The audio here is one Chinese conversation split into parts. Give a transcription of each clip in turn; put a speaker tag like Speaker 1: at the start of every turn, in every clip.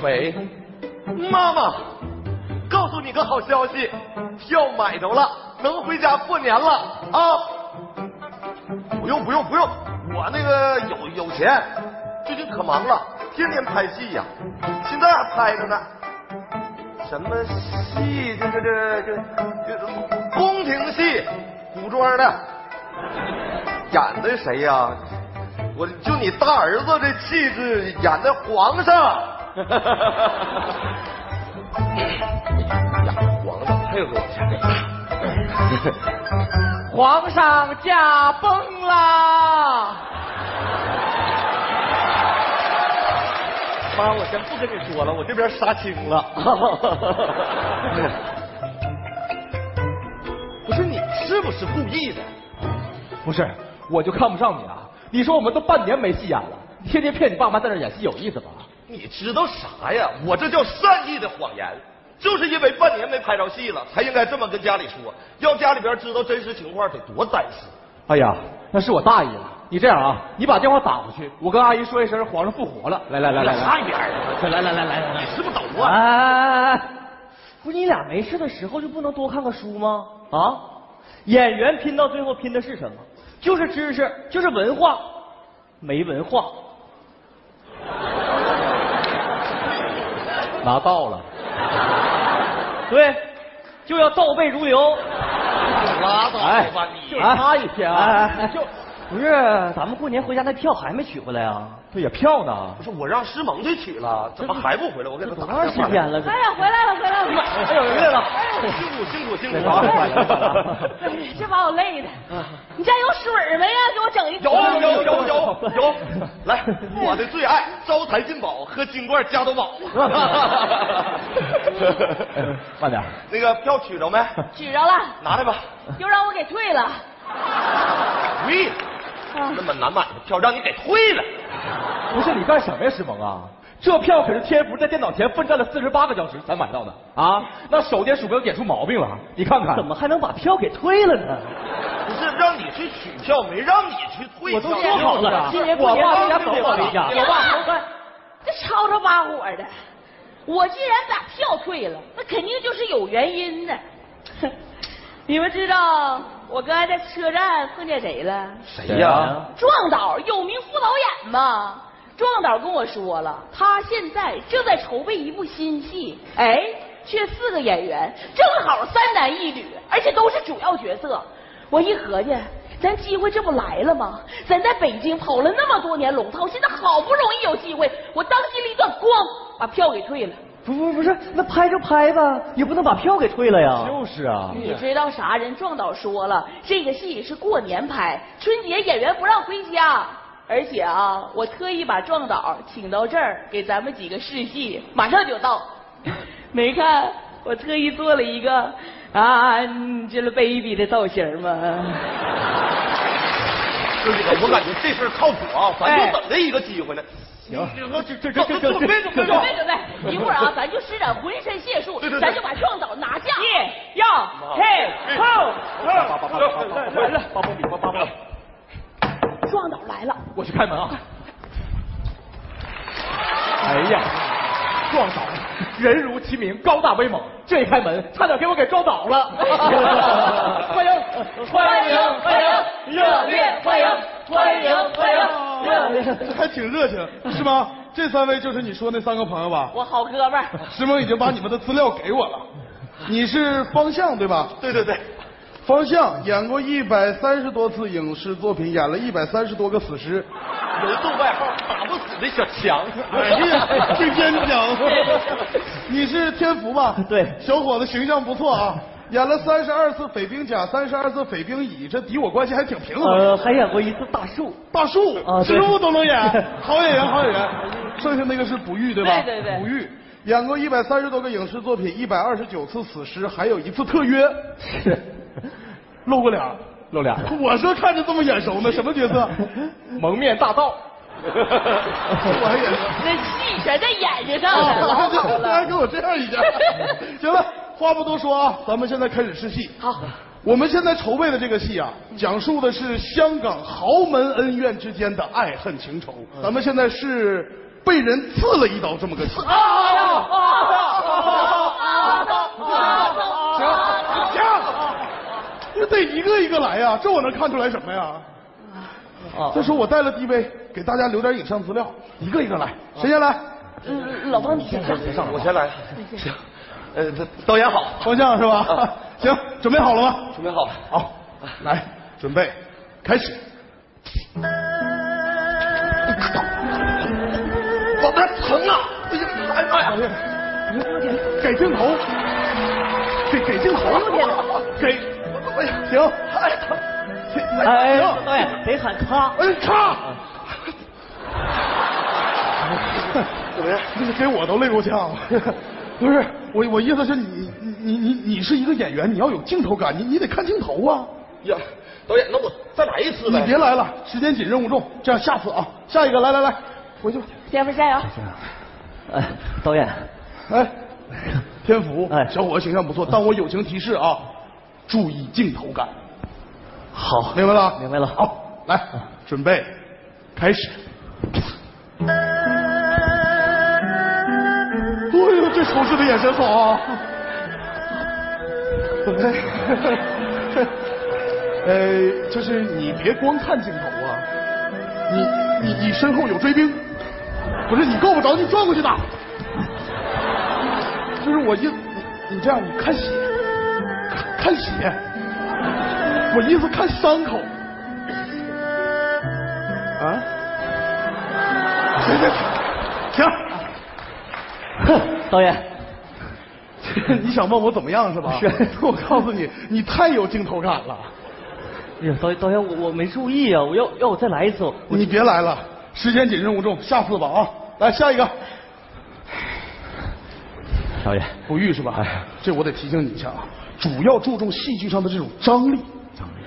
Speaker 1: 肥。妈妈，告诉你个好消息，票买着了，能回家过年了啊！不用不用不用，我那个有有钱，最近可忙了，天天拍戏呀、现在还拍着呢。什么戏？这这这这这宫廷戏，古装的，演的谁呀、我就你大儿子这气质，演的皇 上。呀，皇上配合我去。
Speaker 2: 皇上驾崩啦！
Speaker 1: 妈，我先不跟你说了，我这边杀青 了。不是你是不是故意的？
Speaker 3: 不是，我就看不上你啊！你说我们都半年没戏演了，你天天骗你爸妈在那儿演戏有意思吗？
Speaker 1: 你知道啥呀？我这叫善意的谎言，就是因为半年没拍着戏了，才应该这么跟家里说。要家里边知道真实情况，得多担心。
Speaker 3: 哎呀，那是我大意了。你这样啊，你把电话打回去，我跟阿姨说一声，皇上复活了。来来来来
Speaker 1: 差
Speaker 3: 来，
Speaker 1: 一点儿啊
Speaker 3: 来来来来来来
Speaker 1: 你，是不是
Speaker 2: 哎
Speaker 1: 抖啊？
Speaker 2: 哎哎！不是你俩没事的时候就不能多看看书吗？啊，演员拼到最后拼的是什么？就是知识，就是文化，没文化。
Speaker 3: 拿到了。
Speaker 2: 对，就要倒背如流。
Speaker 1: 拉倒
Speaker 3: 哎
Speaker 1: 吧你！
Speaker 2: 就差一天啊！
Speaker 3: 哎哎哎
Speaker 2: 就不是咱们过年回家那票还没取回来啊？
Speaker 3: 对呀，票呢
Speaker 1: 不？是我让师萌去取了，怎么还不回来？我给他
Speaker 2: 多
Speaker 1: 打
Speaker 2: 长时间了？
Speaker 4: 哎呀，回来了，回来了！
Speaker 2: 哎呦，累了。
Speaker 1: 辛苦辛苦辛苦！
Speaker 4: 哎呀这把我累的。你家有水没呀？给我整 一
Speaker 1: 有
Speaker 4: 桶。
Speaker 1: 有有有有，来，我的最爱招财进宝，喝金罐加多宝。
Speaker 3: 哎慢点儿。
Speaker 1: 那个票取着没？
Speaker 4: 举着了，
Speaker 1: 拿来吧。
Speaker 4: 又让我给退了。
Speaker 1: 喂，那么难买的票让你给退了。
Speaker 3: 不是你干什么呀，师萌啊？这票可是天福在电脑前奋战了四十八个小时才买到的啊！那手电鼠标点出毛病了，你看看。
Speaker 2: 怎么还能把票给退了呢？
Speaker 1: 不是让你去取票，没让你去退票。
Speaker 2: 我都说好了，今年过
Speaker 3: 我
Speaker 2: 年
Speaker 3: 爸
Speaker 2: 回家
Speaker 3: 刚
Speaker 2: 走
Speaker 3: 给我
Speaker 2: 回
Speaker 3: 的
Speaker 2: 家。
Speaker 4: 我爸这吵吵巴火的，我既然把票退了，那肯定就是有原因的。你们知道我刚才在车站碰见谁了？
Speaker 1: 谁
Speaker 3: 谁
Speaker 1: 呀
Speaker 3: 呀？
Speaker 4: 壮导有名副导演嘛。壮导跟我说了，他现在正在筹备一部新戏，哎，缺四个演员，正好三男一女，而且都是主要角色。我一合计，咱机会这不来了吗？咱在北京跑了那么多年龙套，现在好不容易有机会，我当机立断，咣把票给退了。
Speaker 2: 不不不是，那拍就拍吧，也不能把票给退了呀。
Speaker 3: 就是啊，
Speaker 4: 你知道啥？人壮导说了，这个戏是过年拍，春节演员不让回家。而且啊，我特意把壮导请到这儿，给咱们几个试戏，马上就到。 没看我特意做了一个啊，Angelababy 的造型吗？
Speaker 1: 就是这个我感觉这事儿靠谱啊，咱就等着一个机会呢。
Speaker 3: 行
Speaker 1: 这这这这这这
Speaker 4: 准备
Speaker 1: 这
Speaker 4: 准备，一会儿啊，咱就施展浑身解数
Speaker 1: 对对，对
Speaker 4: 咱就把壮导拿下。
Speaker 2: 要嘿吼！
Speaker 3: 八八八八八八八来八八比八八八，
Speaker 4: 壮导来了，
Speaker 3: 我去开门啊！哎呀，撞倒了，人如其名，高大威猛，这一开门差点给我给撞倒了。欢迎，
Speaker 2: 热烈欢迎欢迎欢迎热烈！
Speaker 5: 还挺热情，是吗？这三位就是你说那三个朋友吧？
Speaker 4: 我好哥们儿。
Speaker 5: 师萌已经把你们的资料给我了。你是方向对吧？
Speaker 1: 对对对，
Speaker 5: 方向演过一百三十多次影视作品，演了一百三十多个死尸。
Speaker 1: 有动外号打不死的小强。
Speaker 5: 哎呀，这坚强！你是天福吧？
Speaker 2: 对
Speaker 5: 小伙子形象不错啊，演了三十二次匪兵甲，三十二次匪兵乙，这敌我关系还挺平衡。
Speaker 2: 呃，还演过一次大树，
Speaker 5: 大树
Speaker 2: 啊，对
Speaker 5: 植物都能演，好演员，好演员。剩下那个是不遇，对吧？
Speaker 4: 对对对
Speaker 5: 不遇。演过一百三十多个影视作品，一百二十九次死尸，还有一次特约，
Speaker 3: 是
Speaker 5: 露过脸儿。
Speaker 3: 露脸了，
Speaker 5: 我说看着这么眼熟呢，什么角色？
Speaker 3: 蒙面大盗。
Speaker 5: 我还眼熟。
Speaker 4: 那气全在眼睛上呢，老哦好
Speaker 5: 啊，还
Speaker 4: 了。
Speaker 5: 给我这样一下。行了，话不多说啊，咱们现在开始试戏。
Speaker 4: 好，
Speaker 5: 我们现在筹备的这个戏啊，讲述的是香港豪门恩怨之间的爱恨情仇。咱们现在是被人刺了一刀这么个戏。
Speaker 4: 啊
Speaker 5: 行行，这得一个一个来呀、啊这我能看出来什么呀？
Speaker 2: 啊
Speaker 5: 再说我带了 DV，给大家留点影像资料，一个一个来，谁先来？
Speaker 2: 老王，你先上，
Speaker 1: 我先来。行，呃，导演好，
Speaker 5: 方向是吧？行，准备好了吗？
Speaker 1: 准备好了。
Speaker 5: 好，来，准备，开始。
Speaker 1: 我这疼啊！哎呀，哎呀哎呀！
Speaker 5: 给镜头，给给镜 头，给，哎呀，行，哎疼，行，
Speaker 2: 哎，
Speaker 5: 行，
Speaker 2: 导演得喊咔，
Speaker 5: 哎，咔，
Speaker 1: 怎么样？
Speaker 5: 这个给我都累够呛了。 不是，我我意思是你你你你你是一个演员，你要有镜头感，你你得看镜头啊。
Speaker 1: 呀，导演，那我再来一次
Speaker 5: 你
Speaker 1: 呗。
Speaker 5: 别来了，时间紧，任务重。这样，下次啊，下一个，来来来，回去吧。
Speaker 4: 姐夫加油！
Speaker 2: 哎，导演，
Speaker 5: 哎，天福，
Speaker 2: 哎
Speaker 5: 小伙子形象不错，但我友情提示啊，注意镜头感，
Speaker 2: 好，
Speaker 5: 明白了？
Speaker 2: 明白了
Speaker 5: 好，来，准备，开始。哎呦，这厨师的眼神好啊！哎 呃，就是你别光看镜头啊，你你你身后有追兵，不是你够不着，你转过去打。就是我意，你你这样，你看血，看看血，我意思看伤口。啊？行行行，
Speaker 2: 导演，
Speaker 5: 你想问我怎么样是吧？
Speaker 2: 是
Speaker 5: 我告诉你，你太有镜头感了。
Speaker 2: 哎呀，导演，导演，我我没注意啊，我要要我再来一次，我
Speaker 5: 你别来了，时间紧，任务重，下次吧啊！来下一个，
Speaker 2: 导演，
Speaker 5: 不育是吧？哎，这我得提醒你一下啊，主要注重戏剧上的这种张力。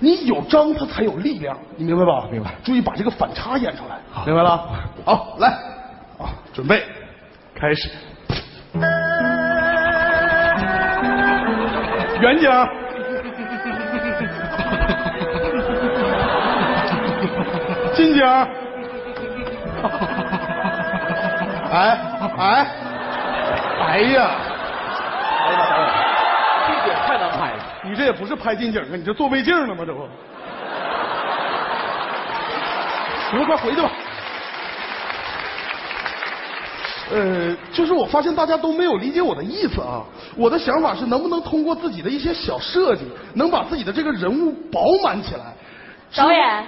Speaker 5: 你有张，它才有力量，你明白吧？明白。注意把这个反差演出来，明白了？好，来，啊，准备，开始。远景。近景。哎哎，哎呀！哎
Speaker 3: 太难拍了。
Speaker 5: 你这也不是拍近景啊，你这做胃镜呢吗？这不，你们快回去吧。呃，就是我发现大家都没有理解我的意思啊。我的想法是，能不能通过自己的一些小设计，能把自己的这个人物饱满起来？
Speaker 4: 导演，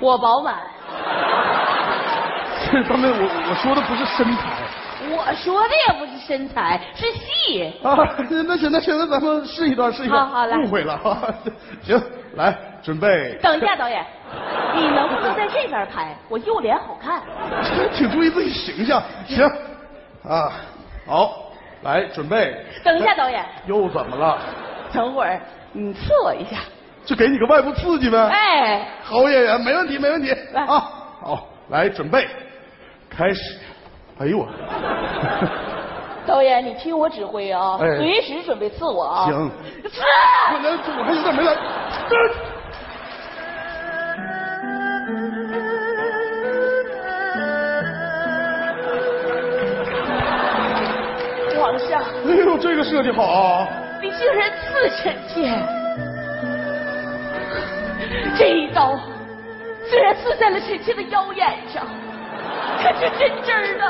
Speaker 4: 我饱满。
Speaker 5: 是 他们，我我说的不是身材
Speaker 4: 我说的也不是身材，是戏。
Speaker 5: 啊。那行，那行，那咱们试一段，试一段。
Speaker 4: 好好来
Speaker 5: 误会了啊。行，来，准备。
Speaker 4: 等一下，导演，你能不能在这边拍？我右脸好看。
Speaker 5: 请注意自己形象。行，啊，好，来准备。
Speaker 4: 等一下，导演，
Speaker 5: 又怎么了？
Speaker 4: 等会儿你刺我一下。
Speaker 5: 就给你个外部刺激呗。
Speaker 4: 哎，
Speaker 5: 好演员，没问题，没问题。
Speaker 4: 来
Speaker 5: 啊，好，来准备，开始。哎呦我，
Speaker 4: 导演，你听我指挥啊，
Speaker 5: 哎
Speaker 4: 随时准备刺我啊。
Speaker 5: 行
Speaker 4: 刺！
Speaker 5: 我来，我还有点没来。
Speaker 4: 皇上，
Speaker 5: 哎呦，这个设计好啊！
Speaker 4: 你竟然刺臣妾！这一刀虽然刺在了臣妾的腰眼上，可是真真的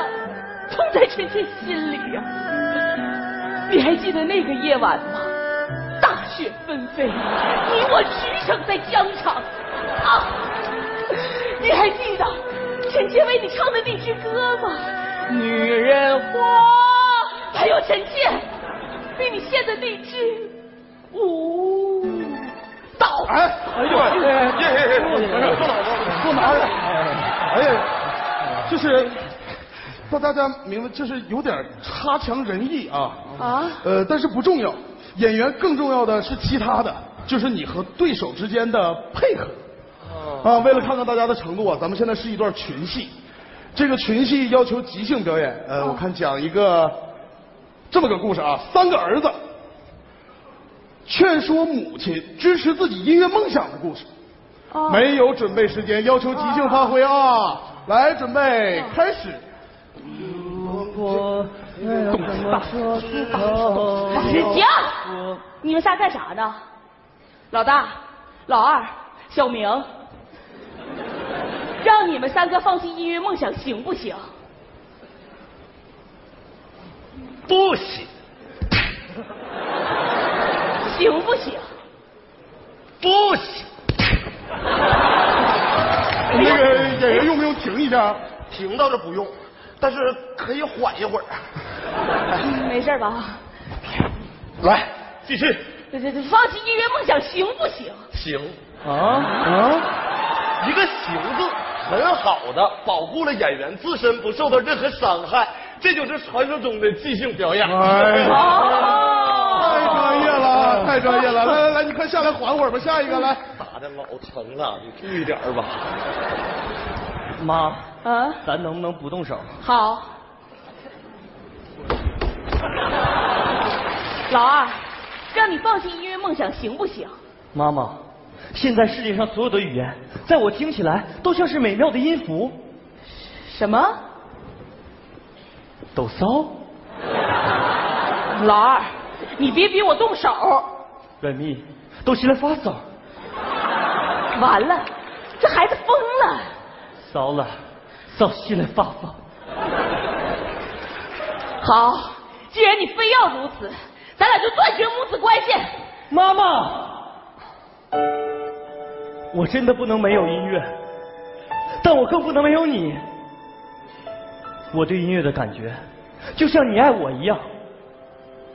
Speaker 4: 痛在臣妾心里呀、你还记得那个夜晚吗？大雪纷飞，你我驰骋在疆场啊！你还记得臣妾为你唱的那支歌吗？女人花，还有臣妾为你献的那支舞蹈。
Speaker 5: 哎，哎呦，
Speaker 1: 耶耶耶！坐哪
Speaker 5: 给我拿着。哎呀，就是，大大家明白，就是有点差强人意啊。
Speaker 4: 啊
Speaker 5: 呃，但是不重要，演员更重要的是其他的，就是你和对手之间的配合。啊，为了看看大家的程度啊，咱们现在是一段群戏，这个群戏要求即兴表演。呃，我看讲一个这么个故事啊，三个儿子劝说母亲支持自己音乐梦想的故事。
Speaker 4: 哦
Speaker 5: 没有准备时间，要求即兴发挥啊！来，准备开始。
Speaker 2: 我怎么说出口？
Speaker 4: 行，你们仨干啥呢？老大、老二、小 明，让你们三个放弃音乐梦想行不行？
Speaker 1: 不行，
Speaker 4: 行不行？
Speaker 1: 不行，
Speaker 5: 那个演员用不用停一下？
Speaker 1: 停倒是不用，但是可以缓一会儿。
Speaker 4: 没事吧？
Speaker 1: 来，继续。
Speaker 4: 对对对，放弃音乐梦想行不行？
Speaker 1: 行，
Speaker 2: 啊啊！
Speaker 1: 一个“行”字，很好的保护了演员自身不受到任何伤害，这就是传说中的即兴表演。
Speaker 5: 哎呀太
Speaker 4: 哦，
Speaker 5: 专业了，太 专业了！来来来，你快下来缓会儿吧，下一个来。
Speaker 1: 打的老疼了，你注意点儿吧。
Speaker 2: 妈，
Speaker 4: 啊，
Speaker 2: 咱能不能不动手？
Speaker 4: 好。老二，让你放弃音乐梦想行不行？
Speaker 2: 妈妈，现在世界上所有的语言，在我听起来都像是美妙的音符，
Speaker 4: 什么？
Speaker 2: 抖骚、
Speaker 4: 老二，你别逼我动手。
Speaker 2: 软蜜，都起来发骚，
Speaker 4: 完了，这孩子疯了。
Speaker 2: 骚了，骚起来发骚。
Speaker 4: 好，既然你非要如此，咱俩就断绝母子关系。
Speaker 2: 妈妈，我真的不能没有音乐，但我更不能没有你。我对音乐的感觉，就像你爱我一样，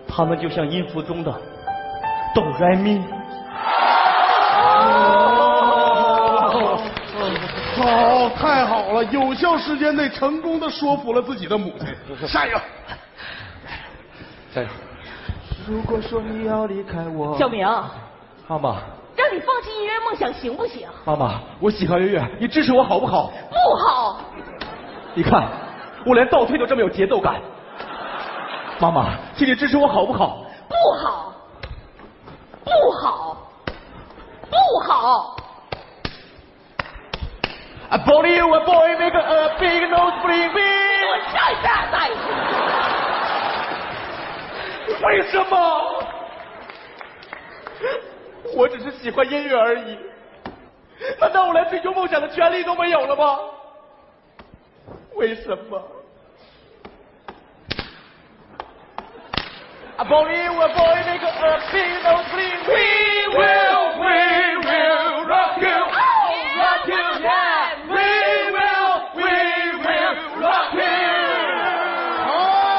Speaker 2: 他们就像音符中的哆来咪。
Speaker 5: 好，太好了，有效时间内成功的说服了自己的母亲。下一个，
Speaker 2: 如果说你要离开我
Speaker 4: 小明，
Speaker 3: 妈妈，
Speaker 4: 让你放弃音乐梦想行不行？
Speaker 3: 妈妈，我喜欢音乐，你支持我好不好？
Speaker 4: 不好，
Speaker 3: 你看，我连倒退都这么有节奏感。妈妈，请你支持我好不好？
Speaker 4: 不好，不好，不好。
Speaker 3: A boy, a boy, make a big nose, bling
Speaker 4: 给
Speaker 3: bling。
Speaker 4: 我上一下再一
Speaker 3: 为什么？我只是喜欢音乐而已，难道我连追求梦想的权利都没有了吗？为什么？A boy, a boy, make a big nose, bling bling. We will, we will rock you. Rock you, yeah. We will, we will rock you.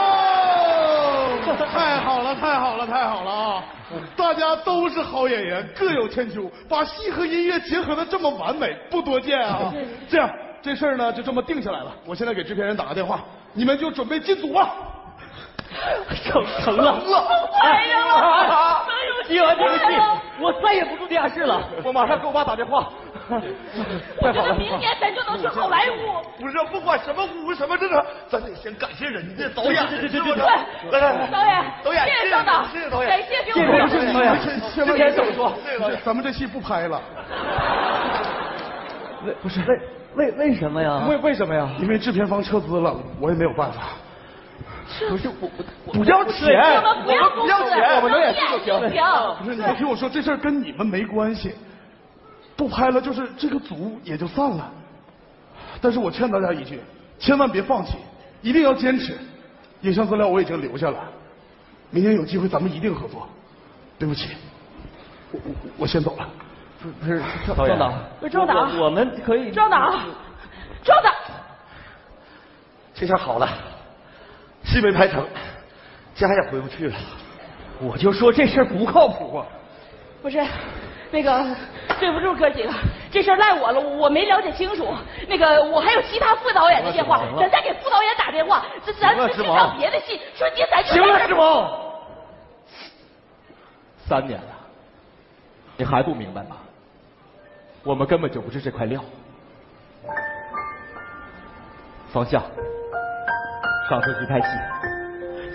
Speaker 5: 哦，太好了，太好了，太好了啊！大家都是好演员，各有千秋，把戏和音乐结合的这么完美，不多见啊！这样，这事儿呢就这么定下来了。我现在给制片人打个电话，你们就准备进组啊！
Speaker 2: 成成了，
Speaker 3: 哎
Speaker 2: 哎
Speaker 4: 怀上了，能有
Speaker 2: 踢完这个
Speaker 4: 机会
Speaker 2: 戏
Speaker 4: 吗，
Speaker 2: 我再也不住地下室了。
Speaker 3: 我马上给我爸打电话。
Speaker 4: 我觉得明年咱就能去好莱坞。
Speaker 1: 不是，不管什么屋什么这个，咱得先感谢人家导演，
Speaker 2: 对对对
Speaker 1: 是不是
Speaker 2: 对对
Speaker 1: 来来来，
Speaker 4: 导演，
Speaker 1: 导演，
Speaker 4: 谢谢赵导，
Speaker 1: 谢谢导
Speaker 4: 感
Speaker 1: 演，
Speaker 4: 谢给
Speaker 2: 谢
Speaker 4: 我
Speaker 2: 谢
Speaker 4: 们
Speaker 2: 导演
Speaker 5: 你们千千万
Speaker 2: 制片人怎么说
Speaker 1: 谢谢导演。
Speaker 5: 咱们这戏不拍了，
Speaker 2: 为不是为为为什么呀？
Speaker 3: 为什么呀？
Speaker 5: 因为制片方撤资了，我也没有办法。
Speaker 2: 不是我我
Speaker 3: 不要
Speaker 4: 我
Speaker 3: 钱
Speaker 4: 们不要公司，
Speaker 3: 我们能演
Speaker 4: 演
Speaker 3: 戏就行
Speaker 4: 就行。
Speaker 5: 不是，你们听我说，这事儿跟你们没关系。不拍了，就是这个组也就散了。但是我劝大家一句，千万别放弃，一定要坚持。影像资料我已经留下了，明天有机会咱们一定合作。对不起，我我我先走了。
Speaker 2: 不是赵导，
Speaker 4: 不是赵导
Speaker 2: 我我们可以
Speaker 4: 赵导，赵导，
Speaker 1: 这下好了，戏没拍成，家也回不去了。
Speaker 2: 我就说这事儿不靠谱啊！
Speaker 4: 不是，那个对不住哥几个，这事儿赖我了，我没了解清楚。那个我还有其他副导演的电话，咱再给副导演打电话，咱咱们去上别的戏，说接咱就
Speaker 3: 行了，志萌，三年了，你还不明白吗？我们根本就不是这块料。方向，上星期拍戏，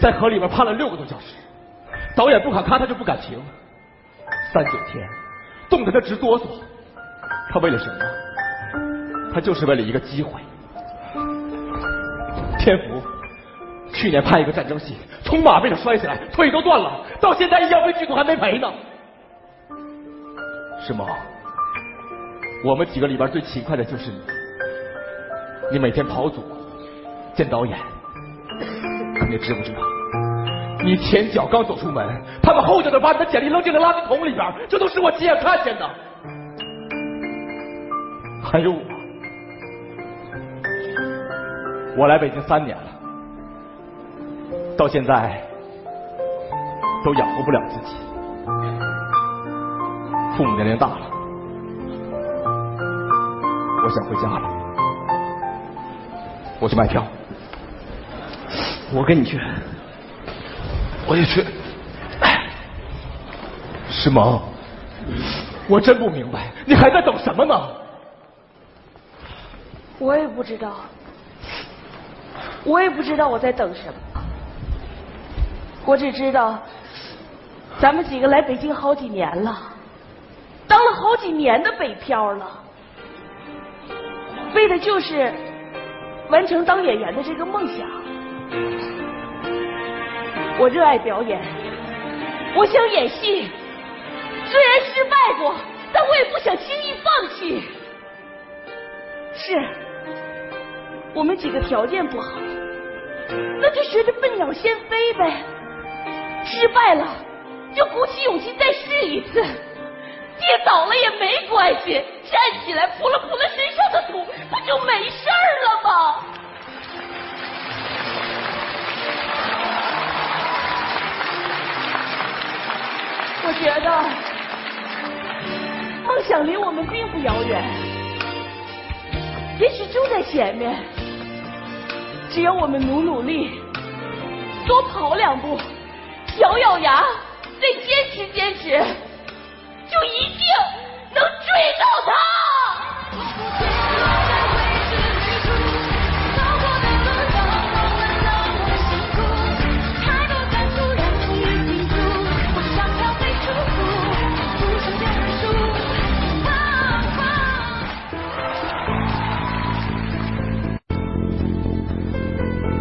Speaker 3: 在河里面判了六个多小时，导演不喊咔，他就不敢停。
Speaker 5: 三九天，冻得他直哆嗦。他为了什么？他就是为了一个机会。天福，去年拍一个战争戏，从马背上摔下来，腿都断了，到现在医药费剧组还没赔呢。是吗？我们几个里边最勤快的就是你，你每天跑组，见导演，你知不知道？你前脚刚走出门，他们后脚就把你的简历扔进了垃圾桶里边，这都是我亲眼看见的。还有我，我来北京三年了，到现在都养活不了自己，父母年龄大了，我想回家了，我去买票。我跟你去。
Speaker 1: 我也去。哎
Speaker 5: 师萌，我真不明白，你还在等什么呢？
Speaker 4: 我也不知道，我也不知道我在等什么。我只知道，咱们几个来北京好几年了，当了好几年的北漂了，为的就是完成当演员的这个梦想。我热爱表演，我想演戏，虽然失败过，但我也不想轻易放弃。是，我们几个条件不好，那就学着笨鸟先飞呗。失败了，就鼓起勇气再试一次。跌倒了也没关系，站起来扑了扑了身上的土，不就没事儿了吗？我觉得，梦想离我们并不遥远，也许就在前面。只要我们努努力，多跑两步，咬咬牙，再坚持坚持，就一定能追到它。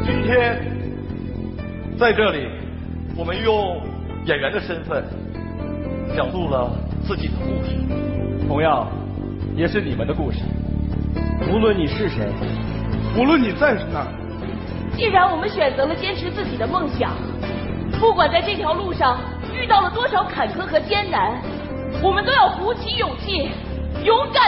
Speaker 1: 今天在这里，我们用演员的身份讲述了自己的故事。
Speaker 5: 同样，也是你们的故事。无论你是谁，
Speaker 6: 无论你在哪儿，
Speaker 4: 既然我们选择了坚持自己的梦想，不管在这条路上遇到了多少坎坷和艰难，我们都要鼓起勇气，勇敢